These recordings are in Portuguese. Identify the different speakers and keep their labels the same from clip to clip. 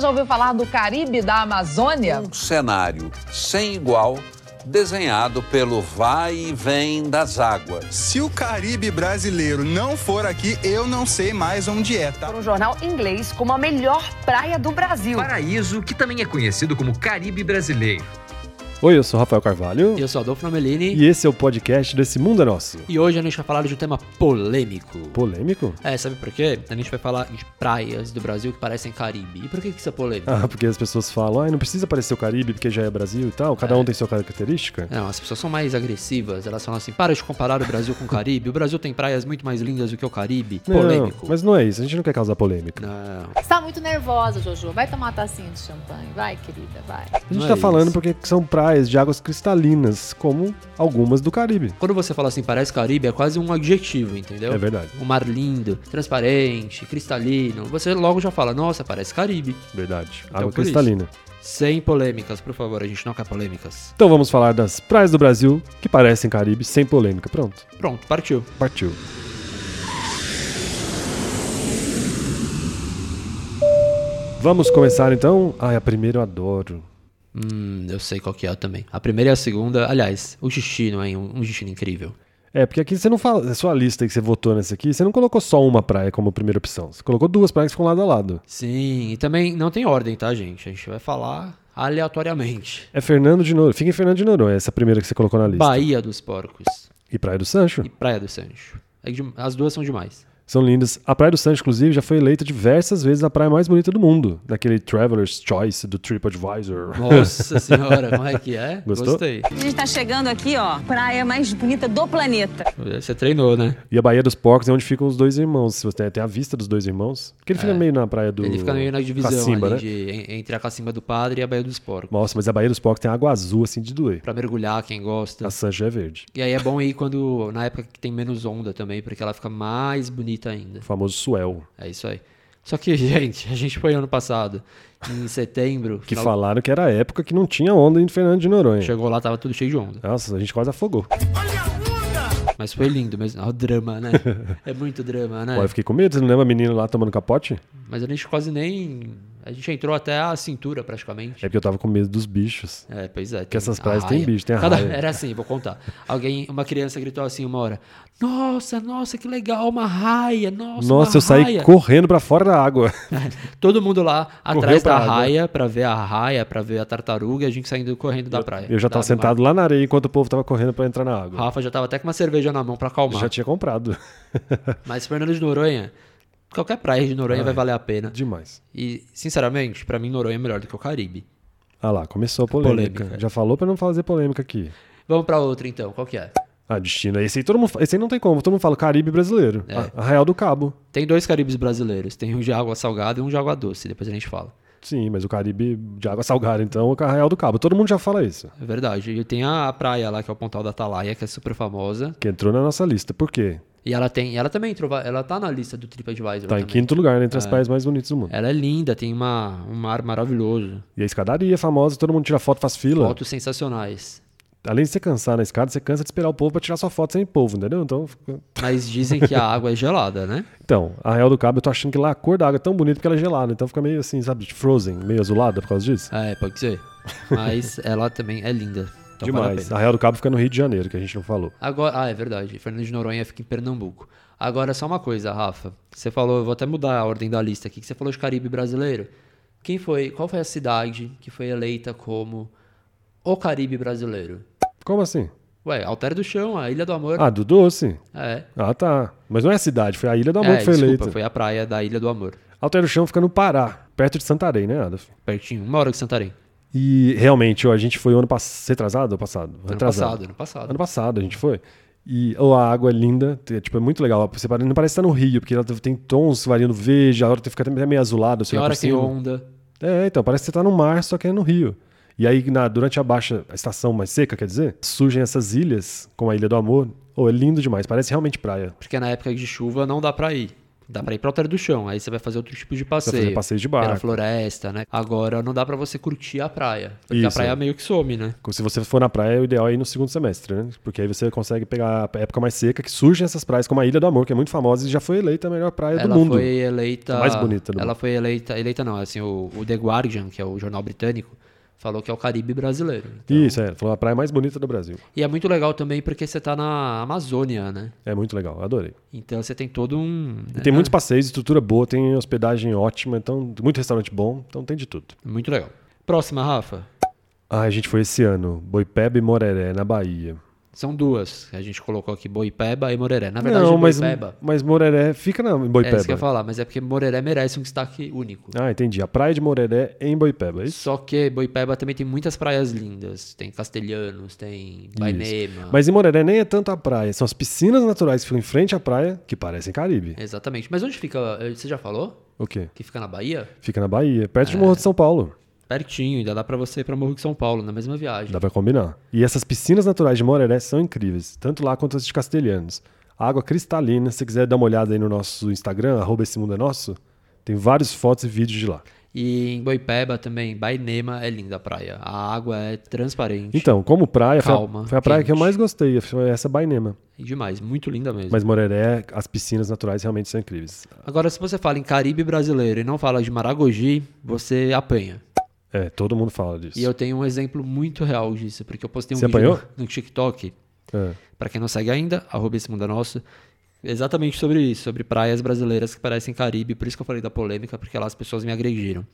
Speaker 1: já ouviu falar do Caribe da Amazônia?
Speaker 2: Um cenário sem igual, desenhado pelo vai e vem das águas.
Speaker 3: Se o Caribe brasileiro não for aqui, eu não sei mais onde é, tá?
Speaker 4: Por um jornal inglês como a melhor praia do Brasil.
Speaker 5: Paraíso, que também é conhecido como Caribe brasileiro.
Speaker 6: Oi, eu sou Rafael Carvalho.
Speaker 7: Eu sou Adolfo Nomelini.
Speaker 6: E esse é o podcast desse Mundo é Nosso.
Speaker 7: E hoje a gente vai falar de um tema polêmico.
Speaker 6: Polêmico?
Speaker 7: É, sabe por quê? A gente vai falar de praias do Brasil que parecem Caribe. E por que que isso é polêmico?
Speaker 6: Ah, porque as pessoas falam, ah, não precisa aparecer o Caribe porque já é Brasil e tal, cada um tem sua característica.
Speaker 7: Não, as pessoas são mais agressivas. Elas falam assim, para de comparar o Brasil com o Caribe. O Brasil tem praias muito mais lindas do que o Caribe.
Speaker 6: Não,
Speaker 7: Polêmico.
Speaker 6: Mas não é isso, a gente não quer causar polêmica.
Speaker 7: Não,
Speaker 8: Você tá muito nervosa, Jojo. Vai tomar uma tacinha de champanhe. Vai, querida, vai.
Speaker 6: A gente
Speaker 7: não
Speaker 6: tá
Speaker 7: é
Speaker 6: falando
Speaker 7: isso.
Speaker 6: porque são praias de águas cristalinas, como algumas do Caribe.
Speaker 7: Quando você fala assim, parece Caribe, é quase um adjetivo, entendeu?
Speaker 6: É verdade.
Speaker 7: O mar lindo, transparente, cristalino. Você logo já fala, nossa, parece Caribe.
Speaker 6: Verdade.
Speaker 7: Então,
Speaker 6: Água
Speaker 7: por isso.
Speaker 6: cristalina.
Speaker 7: Sem polêmicas, por favor, a gente não quer polêmicas.
Speaker 6: Então vamos falar das praias do Brasil que parecem Caribe sem polêmica. Pronto,
Speaker 7: Pronto, partiu.
Speaker 6: partiu. Vamos começar então. Ai, a primeira eu adoro.
Speaker 7: Hum, eu sei qual que é também. A primeira e a segunda, aliás, o destino, hein? Um um destino incrível.
Speaker 6: É, porque aqui você não fala. A sua lista aí que você votou nessa aqui, você não colocou só uma praia como primeira opção. Você colocou duas praias que ficam lado a lado.
Speaker 7: Sim, e também não tem ordem, tá, gente? A gente vai falar aleatoriamente.
Speaker 6: É Fernando de Noronha. Fica em Fernando de Noronha, essa primeira que você colocou na lista.
Speaker 7: Bahia dos Porcos
Speaker 6: E Praia do Sancho.
Speaker 7: e Praia do Sancho. É de- As duas são demais.
Speaker 6: São lindas. A Praia do Sancho, inclusive, já foi eleita diversas vezes a praia mais bonita do mundo. Daquele Traveler's Choice do TripAdvisor.
Speaker 7: Nossa senhora, como é que é?
Speaker 6: Gostou?
Speaker 7: Gostei.
Speaker 9: A gente tá chegando aqui, ó, praia mais bonita do planeta.
Speaker 7: Você treinou, né?
Speaker 6: E a Bahia dos Porcos é onde ficam os dois irmãos. Se você tem a vista dos dois irmãos. Porque ele fica meio na praia do.
Speaker 7: É. Ele fica meio na divisão
Speaker 6: Cacimba,
Speaker 7: ali
Speaker 6: né?
Speaker 7: de- en- entre a cacimba do padre e a Baía dos Porcos.
Speaker 6: Nossa, mas a Bahia dos Porcos tem água azul assim de doer.
Speaker 7: Pra mergulhar, quem gosta.
Speaker 6: A Sancho é verde.
Speaker 7: E aí é bom ir quando. Na época que tem menos onda também, porque ela fica mais bonita ainda.
Speaker 6: O famoso Suel.
Speaker 7: É isso aí. Só que, gente, a gente foi ano passado, em setembro.
Speaker 6: Que
Speaker 7: final-
Speaker 6: falaram que era a época que não tinha onda em Fernando de Noronha.
Speaker 7: Chegou É. lá, tava tudo cheio de onda.
Speaker 6: Nossa, a gente quase afogou. É.
Speaker 7: Mas foi lindo mesmo. Ah, o drama, né? É muito drama, né?
Speaker 6: Pô, eu fiquei com medo. Você não lembra a menina lá tomando capote? É
Speaker 7: Mas a gente quase nem. A gente entrou até a cintura, praticamente.
Speaker 6: É porque eu tava com medo dos bichos.
Speaker 7: É, pois é. Porque
Speaker 6: essas praias têm bicho, tem arraia.
Speaker 7: Era assim, vou contar. Alguém, uma criança gritou assim uma hora: Nossa, nossa, que legal, uma raia, nossa.
Speaker 6: Nossa,
Speaker 7: uma
Speaker 6: eu saí
Speaker 7: raia."
Speaker 6: correndo pra fora da água.
Speaker 7: Todo mundo lá atrás
Speaker 6: pra
Speaker 7: da
Speaker 6: água.
Speaker 7: raia, pra ver a raia, pra ver a tartaruga, e a gente saindo correndo da praia.
Speaker 6: Eu já
Speaker 7: da-
Speaker 6: tava
Speaker 7: do
Speaker 6: sentado lá na areia enquanto o povo tava correndo pra entrar na água.
Speaker 7: mar. Rafa já tava até com uma cerveja na mão pra
Speaker 6: Eu
Speaker 7: acalmar.
Speaker 6: já tinha comprado.
Speaker 7: Mas Fernando de Noronha, qualquer praia de
Speaker 6: É.
Speaker 7: Noronha vai valer a pena.
Speaker 6: Demais.
Speaker 7: E, sinceramente, pra mim, Noronha é melhor do que o Caribe.
Speaker 6: Ah lá, começou a polêmica.
Speaker 7: Polêmica. é.
Speaker 6: Já falou pra não fazer polêmica aqui.
Speaker 7: Vamos pra outra então, qual que é?
Speaker 6: Ah, destino. Esse aí, todo mundo, fa- esse aí não tem como. Todo mundo fala Caribe brasileiro.
Speaker 7: É.
Speaker 6: A Arraial do Cabo.
Speaker 7: Tem dois Caribes brasileiros, tem um de água salgada e um de água doce, depois a gente fala.
Speaker 6: Sim, mas o Caribe de água salgada, então, é Arraial do Cabo. Todo mundo já fala isso.
Speaker 7: É verdade. E tem a praia lá, que é o Pontal da Atalaia, que é super famosa.
Speaker 6: Que entrou na nossa lista. Por quê?
Speaker 7: E ela tem. Ela também entrou. Ela tá na lista do TripAdvisor.
Speaker 6: Tá em
Speaker 7: também.
Speaker 6: quinto lugar, né, entre as praias mais bonitas do mundo.
Speaker 7: Ela é linda, tem uma, um mar maravilhoso.
Speaker 6: E a escadaria é famosa, todo mundo tira foto, faz fila.
Speaker 7: Fotos sensacionais.
Speaker 6: Além de você cansar na escada, você cansa de esperar o povo pra tirar sua foto sem povo, entendeu? Então, fica-
Speaker 7: Mas dizem que a água é gelada, né?
Speaker 6: então a Real do Cabo, eu tô achando que lá a cor da água é tão bonita porque ela é gelada. Então fica meio assim, sabe, de frozen, meio azulada por causa disso.
Speaker 7: É, pode ser. Mas ela também é linda. Então vale a
Speaker 6: Demais.
Speaker 7: pena.
Speaker 6: A Real do Cabo fica no Rio de Janeiro, que a gente não falou.
Speaker 7: Agora, ah, é verdade. Fernando de Noronha fica em Pernambuco. Agora, só uma coisa, Rafa. Você falou, eu vou até mudar a ordem da lista aqui, que você falou de Caribe brasileiro. Quem foi, qual foi a cidade que foi eleita como o Caribe brasileiro?
Speaker 6: Como assim?
Speaker 7: Ué, Alter do Chão, a Ilha do Amor.
Speaker 6: Ah, do Doce?
Speaker 7: é.
Speaker 6: Ah, tá. Mas não é a cidade, foi a Ilha do Amor
Speaker 7: é,
Speaker 6: que foi
Speaker 7: desculpa,
Speaker 6: eleita.
Speaker 7: foi a praia da Ilha do Amor.
Speaker 6: Altero Chão fica no Pará, perto de Santarém, né, Adolf?
Speaker 7: Pertinho, uma hora de Santarém.
Speaker 6: E realmente, ó, a gente foi ano passado. Retrasado ou passado?
Speaker 7: Ano
Speaker 6: Retrasado.
Speaker 7: passado, ano passado.
Speaker 6: Ano passado a gente foi. E ó, a água é linda, é, tipo, é muito legal. Você pare- não parece estar no Rio, porque ela tem tons variando verde, a hora fica até meio azulado. sei
Speaker 7: Tem
Speaker 6: lá,
Speaker 7: hora
Speaker 6: por
Speaker 7: que tem
Speaker 6: cima.
Speaker 7: onda.
Speaker 6: É, então, parece que você tá no mar, só que é no Rio. E aí, na- durante a baixa a estação mais seca, quer dizer, surgem essas ilhas, como a Ilha do Amor. Oh, é lindo demais, parece realmente praia.
Speaker 7: Porque na época de chuva não dá pra ir. Dá pra ir pra Alter do Chão, aí você vai fazer outro tipo de passeio.
Speaker 6: fazer passeios de barco.
Speaker 7: Pela floresta, né? Agora não dá pra você curtir a praia. Porque a
Speaker 6: Isso.
Speaker 7: praia meio que some, né?
Speaker 6: Se você for na praia, o ideal é ir no segundo semestre, né? Porque aí você consegue pegar a época mais seca, que surgem essas praias, como a Ilha do Amor, que é muito famosa e já foi eleita a melhor praia É do
Speaker 7: Ela
Speaker 6: mundo.
Speaker 7: foi eleita.
Speaker 6: A mais bonita do
Speaker 7: Ela
Speaker 6: mundo.
Speaker 7: foi eleita. Eleita não, assim, o, o The Guardian, que é o jornal britânico, falou que é o Caribe brasileiro. Então-
Speaker 6: Isso, é. ela Falou a praia mais bonita do Brasil.
Speaker 7: E é muito legal também porque você tá na Amazônia, né?
Speaker 6: É muito legal, adorei.
Speaker 7: Então você tem todo um.
Speaker 6: E tem muitos passeios, estrutura boa, tem hospedagem ótima, então muito restaurante bom, então tem de tudo.
Speaker 7: Muito legal. Próxima, Rafa.
Speaker 6: Ah, a gente foi esse ano, Boipeba e Moreré, na Bahia.
Speaker 7: São duas. que A gente colocou aqui Boipeba e Moreré. Na verdade,
Speaker 6: Não, mas,
Speaker 7: Boipeba.
Speaker 6: mas Moreré fica na em
Speaker 7: É isso que eu
Speaker 6: Boipeba.
Speaker 7: ia falar, mas é porque Moreré merece um destaque único.
Speaker 6: ah, entendi. A praia de Moreré em Boipeba, é isso?
Speaker 7: Só que Boipeba também tem muitas praias lindas. Tem Castelhanos, tem Bainema.
Speaker 6: Mas em Moreré nem é tanto a praia, são as piscinas naturais que ficam em frente à praia, que parecem Caribe.
Speaker 7: Exatamente. Mas onde fica? eh, Você já falou?
Speaker 6: O quê?
Speaker 7: Que fica na Bahia?
Speaker 6: Fica na Bahia, perto
Speaker 7: É.
Speaker 6: de Morro de São Paulo.
Speaker 7: Pertinho, ainda dá pra você ir pra Morro de São Paulo, na mesma viagem.
Speaker 6: Dá pra combinar. E essas piscinas naturais de Moreré são incríveis, tanto lá quanto as de Castelhanos. Água cristalina, se você quiser dar uma olhada aí no nosso Instagram, arroba esse mundo é nosso, tem várias fotos e vídeos de lá.
Speaker 7: E em Boipeba também, Bainema é linda a praia. A água é transparente.
Speaker 6: Então, como praia, foi a- foi
Speaker 7: Calma,
Speaker 6: a, praia que eu
Speaker 7: quente.
Speaker 6: mais gostei, foi essa Bainema.
Speaker 7: E É demais, muito linda mesmo.
Speaker 6: Mas Moreré, as piscinas naturais realmente são incríveis.
Speaker 7: Agora, se você fala em Caribe brasileiro e não fala de Maragogi, você apanha.
Speaker 6: É, todo mundo fala disso.
Speaker 7: E eu tenho um exemplo muito real disso, porque eu postei um
Speaker 6: Você
Speaker 7: vídeo
Speaker 6: apanhou?
Speaker 7: no, no TikTok,
Speaker 6: É.
Speaker 7: pra quem não segue ainda, arroba esse mundo é nosso, exatamente sobre isso, sobre praias brasileiras que parecem Caribe, por isso que eu falei da polêmica, porque lá as pessoas me agrediram.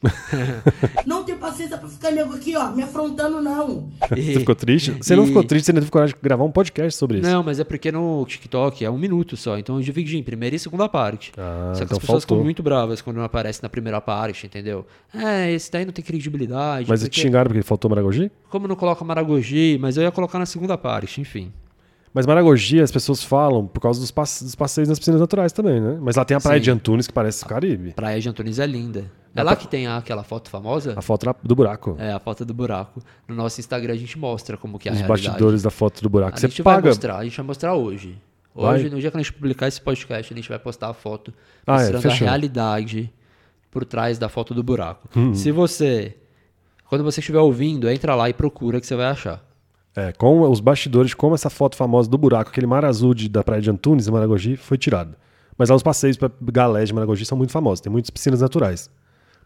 Speaker 10: Não tem paciência pra ficar nego aqui, ó, me afrontando, não.
Speaker 6: Você ficou triste? Você não
Speaker 7: e-
Speaker 6: ficou triste, você não teve coragem de gravar um podcast sobre isso.
Speaker 7: Não, mas é porque no TikTok é um minuto só, então eu dividi em primeira e segunda parte.
Speaker 6: Ah,
Speaker 7: só que
Speaker 6: então
Speaker 7: as pessoas ficam
Speaker 6: faltou.
Speaker 7: muito bravas quando não aparece na primeira parte, entendeu? É, esse daí não tem credibilidade.
Speaker 6: Mas te
Speaker 7: porque-
Speaker 6: xingaram porque faltou Maragogi?
Speaker 7: Como não coloca Maragogi, mas eu ia colocar na segunda parte, enfim.
Speaker 6: Mas Maragogi as pessoas falam por causa dos, passe- dos passeios nas piscinas naturais também, né? Mas lá tem a praia
Speaker 7: Sim.
Speaker 6: de Antunes que parece o Caribe.
Speaker 7: Praia de Antunes é linda. É lá que tem a- aquela foto famosa?
Speaker 6: A foto na- do buraco.
Speaker 7: É, a foto do buraco. No nosso Instagram a gente mostra como que é a
Speaker 6: Os
Speaker 7: realidade.
Speaker 6: bastidores da foto do buraco.
Speaker 7: A
Speaker 6: Você
Speaker 7: gente vai
Speaker 6: paga.
Speaker 7: mostrar, a gente vai mostrar hoje.
Speaker 6: Vai?
Speaker 7: Hoje, no dia que a gente publicar esse podcast, a gente vai postar a foto
Speaker 6: Ah, é,
Speaker 7: mostrando a
Speaker 6: fechou.
Speaker 7: realidade por trás da foto do buraco.
Speaker 6: Hum.
Speaker 7: Se você, quando você estiver ouvindo, entra lá e procura que você vai achar.
Speaker 6: É, com os bastidores, como essa foto famosa do buraco, aquele mar azul de- da praia de Antunes, em Maragogi, foi tirada. Mas lá os passeios para galés de Maragogi são muito famosos, tem muitas piscinas naturais.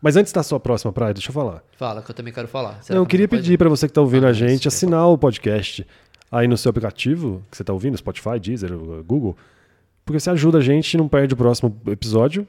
Speaker 6: Mas antes da sua próxima praia, deixa eu falar.
Speaker 7: Fala, que eu também quero falar. Será
Speaker 6: Não, eu
Speaker 7: que
Speaker 6: queria
Speaker 7: pode?
Speaker 6: pedir para você que está ouvindo
Speaker 7: Ah,
Speaker 6: a
Speaker 7: isso,
Speaker 6: gente
Speaker 7: eu ia
Speaker 6: assinar o podcast aí no seu aplicativo que você está ouvindo, Spotify, Deezer, Google, porque você ajuda a gente, não perde o próximo episódio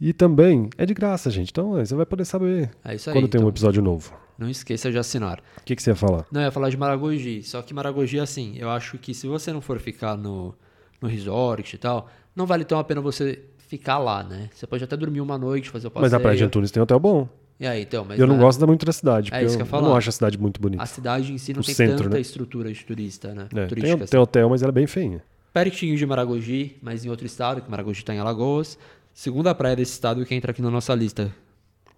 Speaker 6: e também é de graça, gente. Então é, você vai poder saber
Speaker 7: É isso aí,
Speaker 6: quando tem um
Speaker 7: então.
Speaker 6: episódio novo.
Speaker 7: Não esqueça de assinar.
Speaker 6: O que, que você ia falar?
Speaker 7: Não, eu ia falar de Maragogi. Só que Maragogi, assim, eu acho que se você não for ficar no, no resort e tal, não vale tão a pena você ficar lá, né? Você pode até dormir uma noite, fazer o passeio.
Speaker 6: Mas a Praia de Antunes tem hotel bom.
Speaker 7: E aí, então, mas
Speaker 6: eu não
Speaker 7: na-
Speaker 6: gosto da muito da cidade, porque
Speaker 7: É isso que
Speaker 6: eu,
Speaker 7: eu ia
Speaker 6: eu não
Speaker 7: falar.
Speaker 6: acho a cidade muito bonita.
Speaker 7: A cidade em si não
Speaker 6: O
Speaker 7: tem
Speaker 6: centro,
Speaker 7: tanta
Speaker 6: né?
Speaker 7: estrutura de turista, né?
Speaker 6: É, tem,
Speaker 7: Turística.
Speaker 6: tem hotel, mas ela é bem feinha.
Speaker 7: Pertinho de Maragogi, mas em outro estado, que Maragogi tá em Alagoas. Segunda praia desse estado que entra aqui na nossa lista,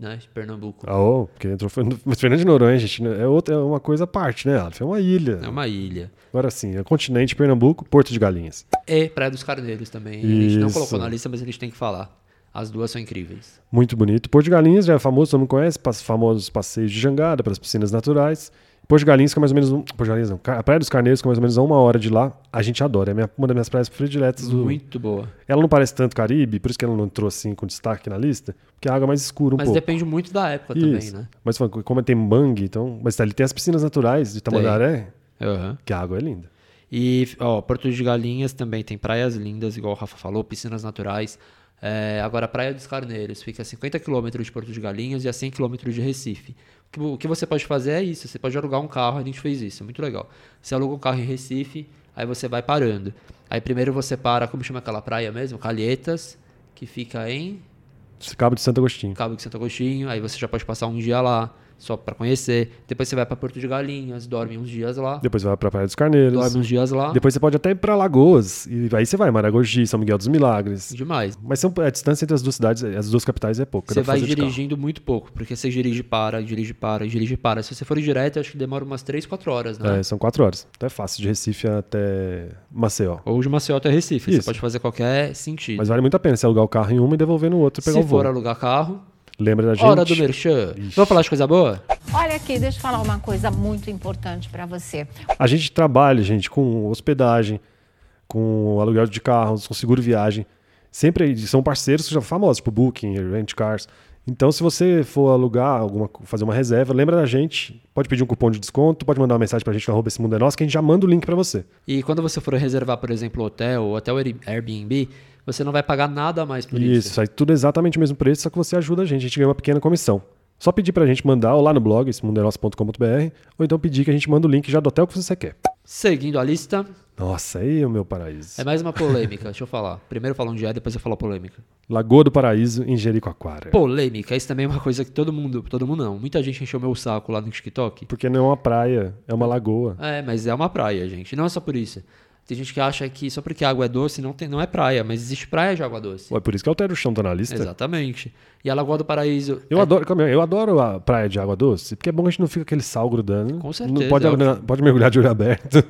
Speaker 7: né? De Pernambuco.
Speaker 6: Ah, oh, porque entrou. Mas Fernando de Noronha, gente, né, é, outra, é uma coisa à parte, né? Alf? É uma ilha.
Speaker 7: É uma ilha.
Speaker 6: Agora sim, é continente, Pernambuco, Porto de Galinhas.
Speaker 7: E Praia dos Carneiros também. A gente não
Speaker 6: Isso.
Speaker 7: colocou na lista, mas a gente tem que falar. As duas são incríveis.
Speaker 6: Muito bonito. Porto de Galinhas já é famoso, todo mundo conhece, pas- famosos passeios de jangada pelas piscinas naturais. Porto de Galinhas fica mais ou menos. Um, Porto de Galinhas não. Ca- A Praia dos Carneiros fica mais ou menos a uma hora de lá. A gente adora. É minha- uma das minhas praias prediletas do.
Speaker 7: Muito boa.
Speaker 6: Ela não parece tanto Caribe, por isso que ela não entrou assim com destaque na lista, porque a água é mais escura um
Speaker 7: Mas
Speaker 6: pouco.
Speaker 7: depende muito da época também,
Speaker 6: Isso.
Speaker 7: né?
Speaker 6: Mas falando, como tem mangue, então. Mas ali tem as piscinas naturais de Tamandaré,
Speaker 7: Aham.
Speaker 6: que a água é linda.
Speaker 7: E, ó, Porto de Galinhas também tem praias lindas, igual o Rafa falou, piscinas naturais. É, agora, Praia dos Carneiros fica a 50 km de Porto de Galinhas e a 100 km de Recife. O que, o que você pode fazer é isso, você pode alugar um carro, a gente fez isso, é muito legal. Você aluga um carro em Recife, aí você vai parando. Aí primeiro você para, como chama aquela praia mesmo? Calhetas, que fica em
Speaker 6: Cabo de Santo Agostinho.
Speaker 7: Cabo de Santo Agostinho, aí você já pode passar um dia lá. só pra conhecer. Depois você vai pra Porto de Galinhas, dorme uns dias lá.
Speaker 6: Depois você vai pra Praia dos Carneiros.
Speaker 7: Ah. Dorme uns dias lá.
Speaker 6: Depois você pode até ir pra Lagoas. E aí você vai, Maragogi, São Miguel dos Milagres.
Speaker 7: Demais.
Speaker 6: Mas são, a distância entre as duas cidades, as duas capitais é pouca.
Speaker 7: Você
Speaker 6: dá pra
Speaker 7: vai
Speaker 6: fazer de carro.
Speaker 7: dirigindo muito pouco, porque você dirige para, dirige para, dirige para. Se você for direto, eu acho que demora umas 3, 4 horas, né?
Speaker 6: É, são quatro horas. Então é fácil, de Recife até Maceió.
Speaker 7: Ou de Maceió até Recife. Você
Speaker 6: Isso.
Speaker 7: pode fazer qualquer sentido.
Speaker 6: Mas vale muito a pena você alugar o carro em uma e devolver no outro e pegar
Speaker 7: Se
Speaker 6: o voo.
Speaker 7: for alugar carro,
Speaker 6: Lembra da gente?
Speaker 7: hora do merchan. Vamos falar de coisa boa?
Speaker 9: Olha aqui, deixa eu falar uma coisa muito importante pra você.
Speaker 6: A gente trabalha, gente, com hospedagem, com aluguel de carros, com seguro viagem. Sempre são parceiros que já famosos, tipo Booking, Rent Cars. Então, se você for alugar alguma, co- fazer uma reserva, lembra da gente. Pode pedir um cupom de desconto, pode mandar uma mensagem pra gente no arroba esse mundo é nosso, que a gente já manda o link pra você.
Speaker 7: E quando você for reservar, por exemplo, o hotel ou até o Air- Airbnb, você não vai pagar nada a mais por
Speaker 6: Isso,
Speaker 7: isso.
Speaker 6: sai tudo exatamente o mesmo preço, só que você ajuda a gente, a gente ganha uma pequena comissão. Só pedir pra gente mandar ou lá no blog, esse mundo é nosso.com.br, ou então pedir que a gente manda o link já do hotel que você quer.
Speaker 7: Seguindo a lista,
Speaker 6: Nossa, aí é o meu paraíso.
Speaker 7: é mais uma polêmica. Deixa eu falar. Primeiro eu falo onde é, depois eu falo a polêmica.
Speaker 6: Lagoa do Paraíso, em Jericoacoara.
Speaker 7: Polêmica, isso também é uma coisa que todo mundo, todo mundo não, muita gente encheu meu saco lá no TikTok.
Speaker 6: Porque não é uma praia, é uma lagoa.
Speaker 7: É, mas é uma praia, gente. Não é só por isso. Tem gente que acha que só porque a água é doce não, tem, não é praia, mas existe praia de água doce.
Speaker 6: Ué, por isso que altera o chão tá na lista.
Speaker 7: Exatamente. E a Lagoa do Paraíso.
Speaker 6: Eu
Speaker 7: é-
Speaker 6: adoro, calma aí, eu adoro a praia de água doce, porque é bom que a gente não fica aquele sal grudando.
Speaker 7: Com
Speaker 6: Não
Speaker 7: certeza,
Speaker 6: pode,
Speaker 7: é
Speaker 6: agru- pode mergulhar de olho aberto.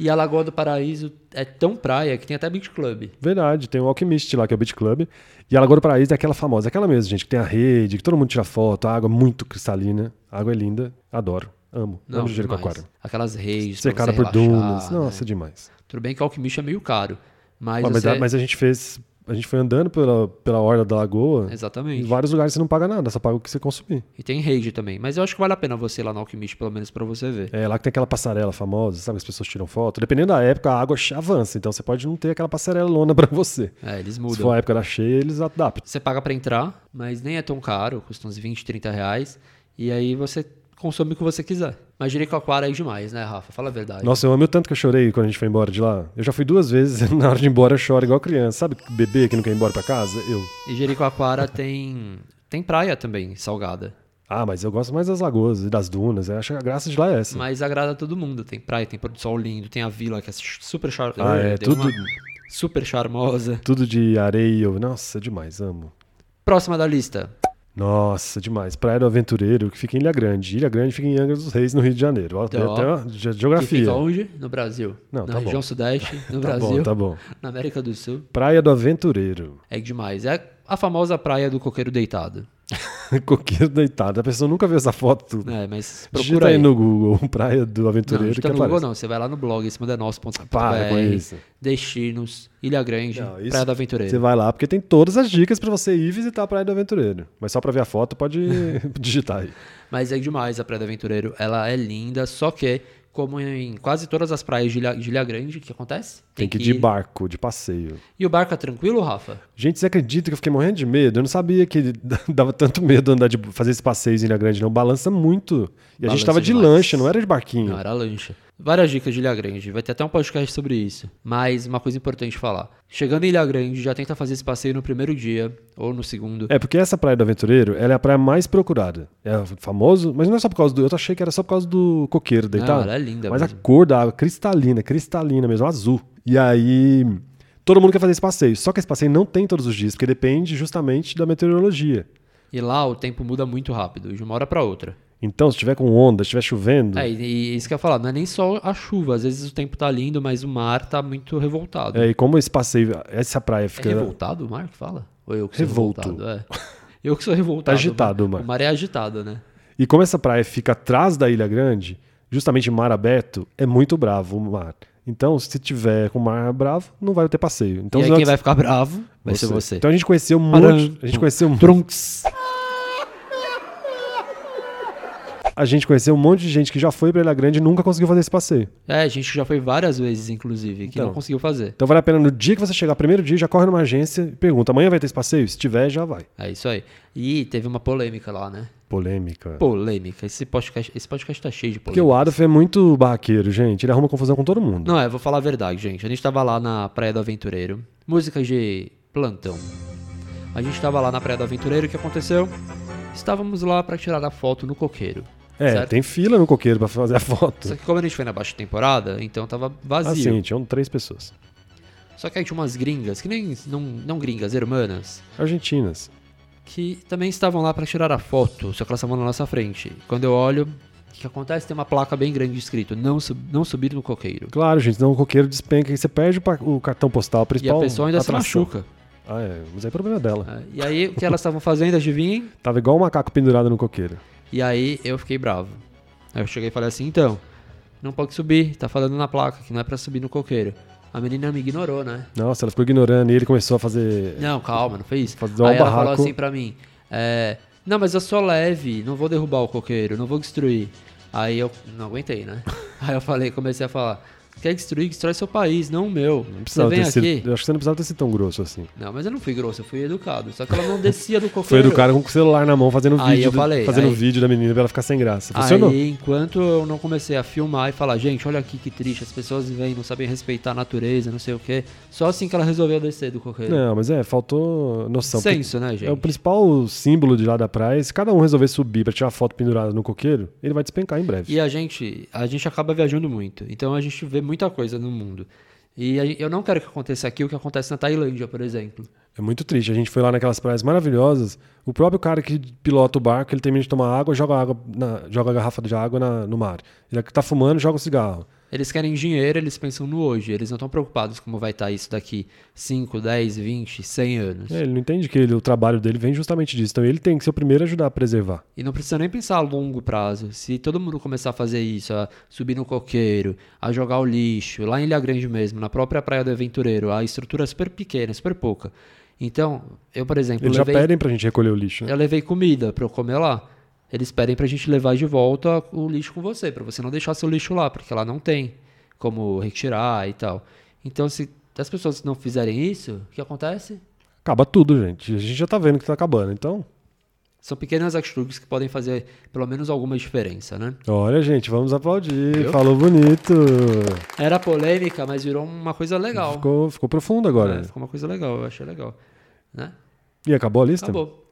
Speaker 7: E a Lagoa do Paraíso é tão praia que tem até beach club.
Speaker 6: Verdade, tem o Alchemist lá, que é o Beach Club. E a Lagoa do Paraíso é aquela famosa, aquela mesmo, gente, que tem a rede, que todo mundo tira foto, a água é muito cristalina. A água é linda, adoro, amo.
Speaker 7: Não,
Speaker 6: amo de Jericoacoara.
Speaker 7: demais. Aquelas reis, pra
Speaker 6: Secada
Speaker 7: você
Speaker 6: por
Speaker 7: relaxar,
Speaker 6: dunas,
Speaker 7: né?
Speaker 6: nossa, demais.
Speaker 7: Tudo bem que o Alquimista é meio caro, mas,
Speaker 6: Ué, Mas,
Speaker 7: você-
Speaker 6: a, mas a gente fez, a gente foi andando pela, pela orla da lagoa. Em
Speaker 7: Exatamente.
Speaker 6: vários lugares você não paga nada, só paga o que você consumir.
Speaker 7: E tem rage também. Mas eu acho que vale a pena você ir lá no Alquimista, pelo menos pra você ver.
Speaker 6: É lá que tem aquela passarela famosa, sabe? As pessoas tiram foto. Dependendo da época, a água ch- avança, então você pode não ter aquela passarela lona pra você.
Speaker 7: É, eles
Speaker 6: Se
Speaker 7: mudam.
Speaker 6: for a época da cheia, eles adaptam.
Speaker 7: Você paga pra entrar, mas nem é tão caro, custa uns 20, 30 reais. E aí você consome o que você quiser. Mas Jericoacoara é demais, né, Rafa? Fala a verdade.
Speaker 6: Nossa, eu amei o tanto que eu chorei quando a gente foi embora de lá. Eu já fui duas vezes, na hora de ir embora eu choro igual criança. Sabe bebê que não quer ir embora pra casa? Eu.
Speaker 7: E Jericoacoara tem tem praia também, salgada.
Speaker 6: Ah, mas eu gosto mais das lagoas e das dunas. Eu acho que a graça de lá é essa.
Speaker 7: Mas agrada todo mundo. Tem praia, tem pôr do sol lindo, tem a vila que é super charmosa.
Speaker 6: Ah, é, tudo,
Speaker 7: Super charmosa.
Speaker 6: tudo de areia. Nossa, demais, amo.
Speaker 7: Próxima da lista.
Speaker 6: Nossa, demais. Praia do Aventureiro, que fica em Ilha Grande. Ilha Grande fica em Angra dos Reis, no Rio de Janeiro. Ó, tem
Speaker 7: Ó.
Speaker 6: até uma ge-
Speaker 7: Que fica
Speaker 6: geografia.
Speaker 7: onde? No Brasil.
Speaker 6: Não,
Speaker 7: na
Speaker 6: tá bom.
Speaker 7: região sudeste, no
Speaker 6: Tá
Speaker 7: Brasil,
Speaker 6: bom, tá bom.
Speaker 7: na América do Sul.
Speaker 6: Praia do Aventureiro.
Speaker 7: É demais. É a famosa praia do coqueiro deitado.
Speaker 6: Coqueiro deitado. A pessoa nunca viu essa foto.
Speaker 7: É, mas
Speaker 6: Digita
Speaker 7: procura
Speaker 6: aí
Speaker 7: aí.
Speaker 6: no Google, Praia do
Speaker 7: Não,
Speaker 6: Aventureiro,
Speaker 7: digita
Speaker 6: que
Speaker 7: no Google
Speaker 6: aparece.
Speaker 7: não, você vai lá no blog, esse mundo é nosso.
Speaker 6: Para com isso.
Speaker 7: Destinos, Ilha Grande,
Speaker 6: Não, isso-
Speaker 7: Praia do
Speaker 6: Você
Speaker 7: Aventureiro.
Speaker 6: vai lá, porque tem todas as dicas pra você ir visitar a Praia do Aventureiro. Mas só pra ver a foto, pode digitar aí.
Speaker 7: Mas é demais a Praia do Aventureiro. Ela é linda, só que, como em quase todas as praias de Ilha, de Ilha Grande, o que acontece?
Speaker 6: Tem, que ir de
Speaker 7: ir.
Speaker 6: barco, de passeio.
Speaker 7: E o barco é tranquilo, Rafa?
Speaker 6: Gente, você acredita que eu fiquei morrendo de medo? Eu não sabia que dava tanto medo andar de fazer esse passeio em Ilha Grande, não. Balança muito. E a gente
Speaker 7: Balança
Speaker 6: tava de
Speaker 7: demais.
Speaker 6: lancha, não era de barquinho.
Speaker 7: Não, era lancha. Várias dicas de Ilha Grande. Vai ter até um podcast sobre isso. Mas uma coisa importante falar. Chegando em Ilha Grande, já tenta fazer esse passeio no primeiro dia ou no segundo.
Speaker 6: É, porque essa praia do aventureiro, ela é a praia mais procurada. É famoso, mas não é só por causa do. Eu achei que era só por causa do coqueiro deitado.
Speaker 7: ela é linda
Speaker 6: Mas
Speaker 7: mesmo.
Speaker 6: a cor da água, cristalina, cristalina mesmo, azul. E aí. Todo mundo quer fazer esse passeio. Só que esse passeio não tem todos os dias, porque depende justamente da meteorologia.
Speaker 7: E lá o tempo muda muito rápido, de uma hora pra outra.
Speaker 6: Então, se tiver com onda, se estiver chovendo.
Speaker 7: É, e, e isso que eu ia falar, não é nem só a chuva, às vezes o tempo tá lindo, mas o mar tá muito revoltado. É,
Speaker 6: é, e como esse passeio, essa praia fica.
Speaker 7: revoltado o mar que fala? Ou eu que sou
Speaker 6: Revolto.
Speaker 7: revoltado? É. Eu que sou revoltado.
Speaker 6: agitado o
Speaker 7: o
Speaker 6: mar.
Speaker 7: O mar é agitado, né?
Speaker 6: E como essa praia fica atrás da Ilha Grande, justamente em mar aberto, é muito bravo o mar. Então, se tiver com o mar bravo, não vai ter passeio. Então,
Speaker 7: e aí
Speaker 6: já-
Speaker 7: quem vai ficar bravo vai ser você.
Speaker 6: Então a gente conheceu um
Speaker 7: Paran-
Speaker 6: monte. A gente conheceu um-
Speaker 7: Trunks.
Speaker 6: A gente conheceu um monte de gente que já foi pra Ilha Grande e nunca conseguiu fazer esse passeio.
Speaker 7: É, a gente já foi várias vezes, inclusive, que não conseguiu fazer.
Speaker 6: Então vale a pena no dia que você chegar, primeiro dia, já corre numa agência e pergunta: amanhã vai ter esse passeio? Se tiver, já vai.
Speaker 7: É isso aí. E teve uma polêmica lá, né?
Speaker 6: Polêmica.
Speaker 7: Polêmica. Esse podcast, esse podcast tá cheio de
Speaker 6: Porque
Speaker 7: polêmica.
Speaker 6: o Adolf é muito barraqueiro, gente. Ele arruma confusão com todo mundo.
Speaker 7: Não, é, vou falar a verdade, gente. A gente tava lá na Praia do Aventureiro. Música de plantão. A gente tava lá na Praia do Aventureiro, o que aconteceu? Estávamos lá para tirar a foto no coqueiro.
Speaker 6: É,
Speaker 7: certo?
Speaker 6: tem fila no coqueiro pra fazer a foto.
Speaker 7: Só que como a gente foi na baixa temporada, então tava vazio.
Speaker 6: Assim, tinham três pessoas.
Speaker 7: Só que aí tinha umas gringas, que nem. Não, não gringas, hermanas,
Speaker 6: Argentinas.
Speaker 7: que também estavam lá pra tirar a foto, só que elas estavam na nossa frente. Quando eu olho, o que que acontece? Tem uma placa bem grande escrito: não, sub- não subir no coqueiro.
Speaker 6: Claro, gente, senão o coqueiro despenca e você perde o, pa- o cartão postal
Speaker 7: E a
Speaker 6: principal.
Speaker 7: pessoa ainda se
Speaker 6: atração.
Speaker 7: machuca.
Speaker 6: Ah, é. Mas é problema dela.
Speaker 7: Ah, E aí, o que elas estavam fazendo, adivinhem?
Speaker 6: Tava igual um macaco pendurado no coqueiro.
Speaker 7: E aí eu fiquei bravo. Aí eu cheguei e falei assim, então, não pode subir, tá falando na placa que não é pra subir no coqueiro. A menina me ignorou, né?
Speaker 6: Nossa, ela ficou ignorando e ele começou a fazer.
Speaker 7: Não, calma, não foi isso.
Speaker 6: É. Fazer um
Speaker 7: aí ela
Speaker 6: barraco.
Speaker 7: falou assim pra mim, é, não, mas eu sou leve, não vou derrubar o coqueiro, não vou destruir. Aí eu não aguentei, né? Aí eu falei, comecei a falar, quer destruir, destrói seu país, não o meu.
Speaker 6: Não
Speaker 7: Você
Speaker 6: precisava
Speaker 7: vem
Speaker 6: ter sido.
Speaker 7: aqui...
Speaker 6: Eu acho que você não precisava ter sido tão grosso assim.
Speaker 7: Não, mas eu não fui grosso, eu fui educado. Só que ela não descia do coqueiro.
Speaker 6: Foi do cara com o celular na mão fazendo
Speaker 7: Aí
Speaker 6: vídeo.
Speaker 7: eu
Speaker 6: do-
Speaker 7: falei,
Speaker 6: fazendo
Speaker 7: aí-
Speaker 6: vídeo da menina pra ela ficar sem graça. Funcionou.
Speaker 7: Aí, enquanto eu não comecei a filmar e falar, gente, olha aqui que triste, as pessoas vêm, não sabem respeitar a natureza, não sei o quê. Só assim que ela resolveu descer do coqueiro.
Speaker 6: Não, mas é, faltou noção. porque
Speaker 7: Senso, né, gente?
Speaker 6: É o principal símbolo de lá da praia. Se cada um resolver subir pra tirar foto pendurada no coqueiro, ele vai despencar em breve.
Speaker 7: E a gente, a gente acaba viajando muito. Então a gente vê muita coisa no mundo. E a- eu não quero que aconteça aqui o que acontece na Tailândia, por exemplo.
Speaker 6: É muito triste. A gente foi lá naquelas praias maravilhosas. O próprio cara que pilota o barco, ele termina de tomar água, joga, água na- joga a garrafa de água na- no mar. Ele tá fumando, joga o cigarro.
Speaker 7: Eles querem dinheiro, eles pensam no hoje. Eles não estão preocupados como vai estar isso daqui 5, 10, 20, 100 anos.
Speaker 6: É, ele não entende que ele- o trabalho dele vem justamente disso. Então ele tem que ser o primeiro a ajudar a preservar.
Speaker 7: E não precisa nem pensar a longo prazo. Se todo mundo começar a fazer isso, a subir no coqueiro, a jogar o lixo, lá em Ilha Grande mesmo, na própria Praia do Aventureiro, a estrutura é super pequena, super pouca. Então, eu, por exemplo,
Speaker 6: Eles
Speaker 7: levei,
Speaker 6: já pedem pra gente recolher o lixo. Né?
Speaker 7: eu levei comida pra eu comer lá. Eles pedem pra gente levar de volta o lixo com você, pra você não deixar seu lixo lá, porque lá não tem como retirar e tal. Então, se as pessoas não fizerem isso, o que acontece?
Speaker 6: Acaba tudo, gente. A gente já tá vendo que tá acabando. Então,
Speaker 7: São pequenas atitudes que podem fazer pelo menos alguma diferença, né?
Speaker 6: olha, gente, vamos aplaudir. Falou bonito.
Speaker 7: Era polêmica, mas virou uma coisa legal.
Speaker 6: Ficou, ficou profundo agora.
Speaker 7: É, ficou uma coisa legal, eu achei legal. Né?
Speaker 6: E acabou a lista?
Speaker 7: Acabou.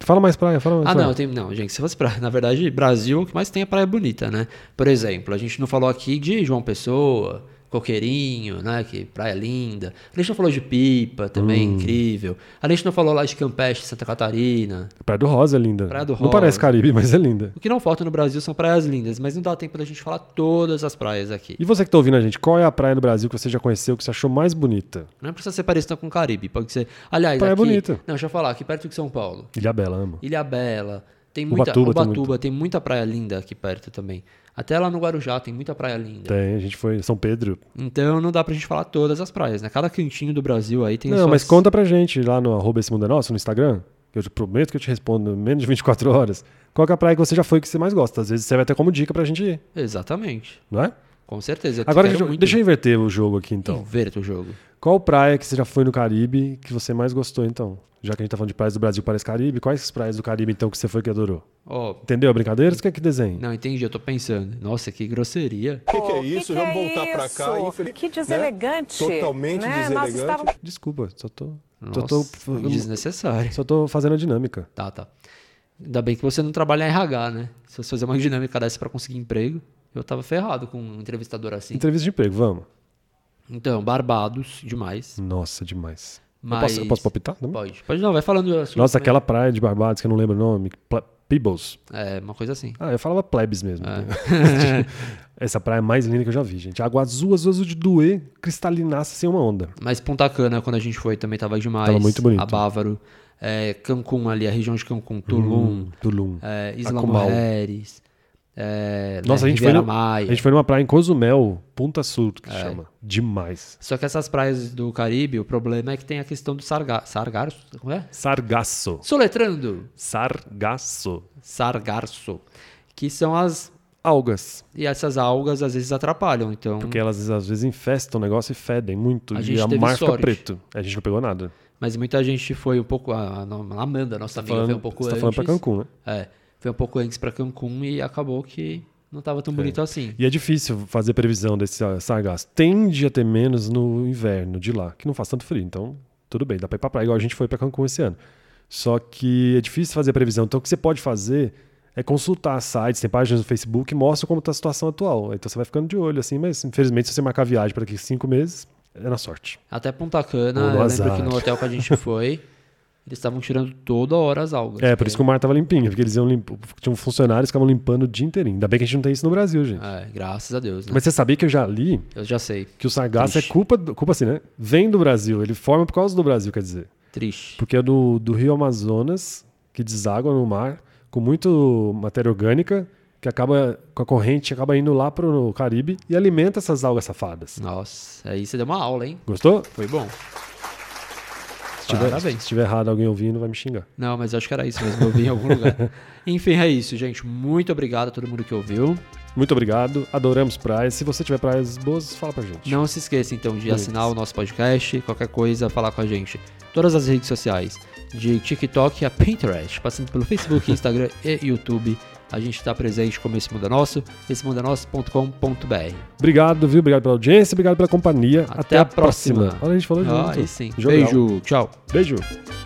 Speaker 6: Fala mais praia, fala mais
Speaker 7: Ah,
Speaker 6: praia.
Speaker 7: não, tem, não, gente, se fosse pra. Na verdade, Brasil, o que mais tem é praia bonita, né? Por exemplo, a gente não falou aqui de João Pessoa, Coqueirinho, né? Que praia linda. A gente não falou de Pipa também,
Speaker 6: Hum.
Speaker 7: incrível. A gente não falou lá de Campeche, Santa Catarina.
Speaker 6: Praia do Rosa é linda.
Speaker 7: Praia do
Speaker 6: Não
Speaker 7: Rosa.
Speaker 6: parece Caribe, mas é linda.
Speaker 7: O que não falta no Brasil são praias lindas, mas não dá tempo da gente falar todas as praias aqui.
Speaker 6: E você que tá ouvindo a gente, qual é a praia do Brasil que você já conheceu, que você achou mais bonita?
Speaker 7: Não precisa ser parecida com o Caribe, pode ser. Aliás,
Speaker 6: Praia
Speaker 7: aqui,
Speaker 6: bonita.
Speaker 7: Não, deixa eu falar, aqui perto de São Paulo.
Speaker 6: Ilhabela, amo.
Speaker 7: Ilha Bela. Tem muita
Speaker 6: Ubatuba
Speaker 7: Ubatuba,
Speaker 6: tem
Speaker 7: tem muita praia linda aqui perto também. Até lá no Guarujá tem muita praia linda.
Speaker 6: Tem, a gente foi São Pedro.
Speaker 7: Então não dá pra gente falar todas as praias, né? Cada cantinho do Brasil aí tem
Speaker 6: não,
Speaker 7: suas-
Speaker 6: mas conta pra gente lá no arroba esse mundo é nosso, no Instagram, que eu te prometo que eu te respondo em menos de 24 horas. Qual que é a praia que você já foi que você mais gosta? Às vezes serve até como dica pra gente ir,
Speaker 7: Exatamente.
Speaker 6: não é?
Speaker 7: Com certeza. Eu
Speaker 6: Agora,
Speaker 7: quero
Speaker 6: deixa eu-
Speaker 7: muito
Speaker 6: deixa eu inverter o jogo aqui então.
Speaker 7: inverter o jogo.
Speaker 6: Qual praia que você já foi no Caribe que você mais gostou então? Já que a gente tá falando de praias do Brasil, parece Caribe, quais praias do Caribe então que você foi que adorou?
Speaker 7: Ó,
Speaker 6: Entendeu a brincadeira? Você quer que desenhe?
Speaker 7: não entendi, eu tô pensando. Nossa, que grosseria.
Speaker 9: O
Speaker 8: Oh,
Speaker 9: que, é isso? Vamos voltar pra cá. Que deselegante. né? Totalmente
Speaker 8: né?
Speaker 9: deselegante.
Speaker 6: Desculpa, só tô.
Speaker 7: Nossa, né?
Speaker 6: Só tô,
Speaker 7: desnecessário.
Speaker 6: só tô fazendo a dinâmica.
Speaker 7: Tá, tá. Ainda bem que você não trabalha em RH, né? Se você fazer uma dinâmica dessa pra conseguir emprego, eu tava ferrado com um entrevistador assim.
Speaker 6: Entrevista de emprego, vamos.
Speaker 7: Então, Barbados, demais.
Speaker 6: Nossa, demais. Eu
Speaker 7: Mas...
Speaker 6: posso- eu posso palpitar também?
Speaker 7: Pode. Pode não, vai falando. né? a sua
Speaker 6: Nossa,
Speaker 7: também.
Speaker 6: aquela praia de Barbados que eu não lembro o nome. Ple- Peebles.
Speaker 7: É, uma coisa assim.
Speaker 6: Ah, eu falava plebes mesmo. né? Essa praia é mais linda que eu já vi, gente. Água azul, azul, azul de doer, cristalinaça sem uma onda.
Speaker 7: Mas Punta Cana, quando a gente foi, também tava demais.
Speaker 6: Tava muito bonito.
Speaker 7: A Bávaro. É, Cancún ali, a região de Cancún. Tulum.
Speaker 6: Uhum. Tulum.
Speaker 7: é, Isla
Speaker 6: Acumau.
Speaker 7: Mujeres. É,
Speaker 6: Nossa,
Speaker 7: né,
Speaker 6: a, gente foi
Speaker 7: Riviera
Speaker 6: no- a
Speaker 7: Maia.
Speaker 6: gente foi numa praia em Cozumel, Punta Sul, que
Speaker 7: É.
Speaker 6: se chama. Demais.
Speaker 7: Só que essas praias do Caribe, o problema é que tem a questão do sarga... sargarço. Como é?
Speaker 6: Sargasso.
Speaker 7: Soletrando.
Speaker 6: Sargasso.
Speaker 7: Sargarço. Que são as...
Speaker 6: Algas.
Speaker 7: E essas algas às vezes atrapalham, então...
Speaker 6: Porque elas às vezes infestam o negócio e fedem muito.
Speaker 7: A
Speaker 6: e
Speaker 7: gente
Speaker 6: a
Speaker 7: teve
Speaker 6: mar fica
Speaker 7: sorte.
Speaker 6: preto. A gente não pegou nada.
Speaker 7: Mas muita gente foi um pouco... A, a Amanda, nossa amiga, foi um pouco
Speaker 6: você
Speaker 7: antes.
Speaker 6: tá falando pra Cancún, né?
Speaker 7: É, foi um pouco antes pra Cancún e acabou que não tava tão bonito assim.
Speaker 6: E é difícil fazer previsão desse ah, sargasso. Tende a ter menos no inverno de lá, que não faz tanto frio. Então, tudo bem, dá pra ir pra praia, igual a gente foi pra Cancún esse ano. Só que é difícil fazer previsão. Então, o que você pode fazer é consultar sites, tem páginas no Facebook que mostram como está a situação atual. Então, você vai ficando de olho, assim, mas infelizmente, se você marcar viagem para daqui cinco meses, é na sorte.
Speaker 7: Até Punta Cana,
Speaker 6: Ou
Speaker 7: eu
Speaker 6: do
Speaker 7: lembro
Speaker 6: azar.
Speaker 7: que no hotel que a gente foi, eles estavam tirando toda hora as algas.
Speaker 6: É, por isso que o mar tava limpinho, porque eles iam limp... tinham funcionários que ficavam limpando o dia inteirinho. Ainda bem que a gente não tem isso no Brasil, gente.
Speaker 7: É, graças a Deus, né?
Speaker 6: Mas você sabia que eu já li
Speaker 7: Eu já sei.
Speaker 6: que o Sagaz é
Speaker 7: Triste.
Speaker 6: culpa, do- culpa assim, né? Vem do Brasil, ele forma por causa do Brasil, quer dizer.
Speaker 7: Triste.
Speaker 6: Porque é do, do rio Amazonas, que deságua no mar, com muito matéria orgânica, que acaba com a corrente, acaba indo lá pro Caribe e alimenta essas algas safadas.
Speaker 7: Nossa, aí você deu uma aula, hein?
Speaker 6: Gostou?
Speaker 7: Foi bom.
Speaker 6: Se tiver,
Speaker 7: Parabéns.
Speaker 6: se tiver errado alguém ouvindo, vai me xingar.
Speaker 7: Não, mas eu acho que era isso mesmo. Eu vi em algum lugar. Enfim, é isso, gente. Muito obrigado a todo mundo que ouviu.
Speaker 6: Muito obrigado, adoramos praias. Se você tiver praias boas, fala pra gente.
Speaker 7: Não se esqueça, então, de
Speaker 6: Bonitos.
Speaker 7: assinar o nosso podcast, qualquer coisa, falar com a gente. Todas as redes sociais, de TikTok a Pinterest, passando pelo Facebook, Instagram e YouTube. A gente está presente como Esse Mundo é Nosso, essemundanosso.com.br.
Speaker 6: Obrigado, viu? Obrigado pela audiência, obrigado pela companhia. Até, a próxima. Olha, a gente falou
Speaker 7: Ah,
Speaker 6: junto.
Speaker 7: aí sim.
Speaker 6: Jogral.
Speaker 7: Beijo, tchau.
Speaker 6: Beijo.